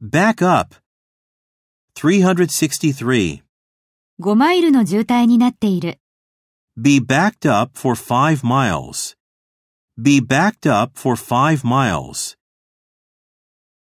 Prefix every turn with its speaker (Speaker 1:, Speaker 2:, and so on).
Speaker 1: Back up. 363.
Speaker 2: 5マイルの渋滞になっている。
Speaker 1: Be backed up for five miles. Be backed up for five miles.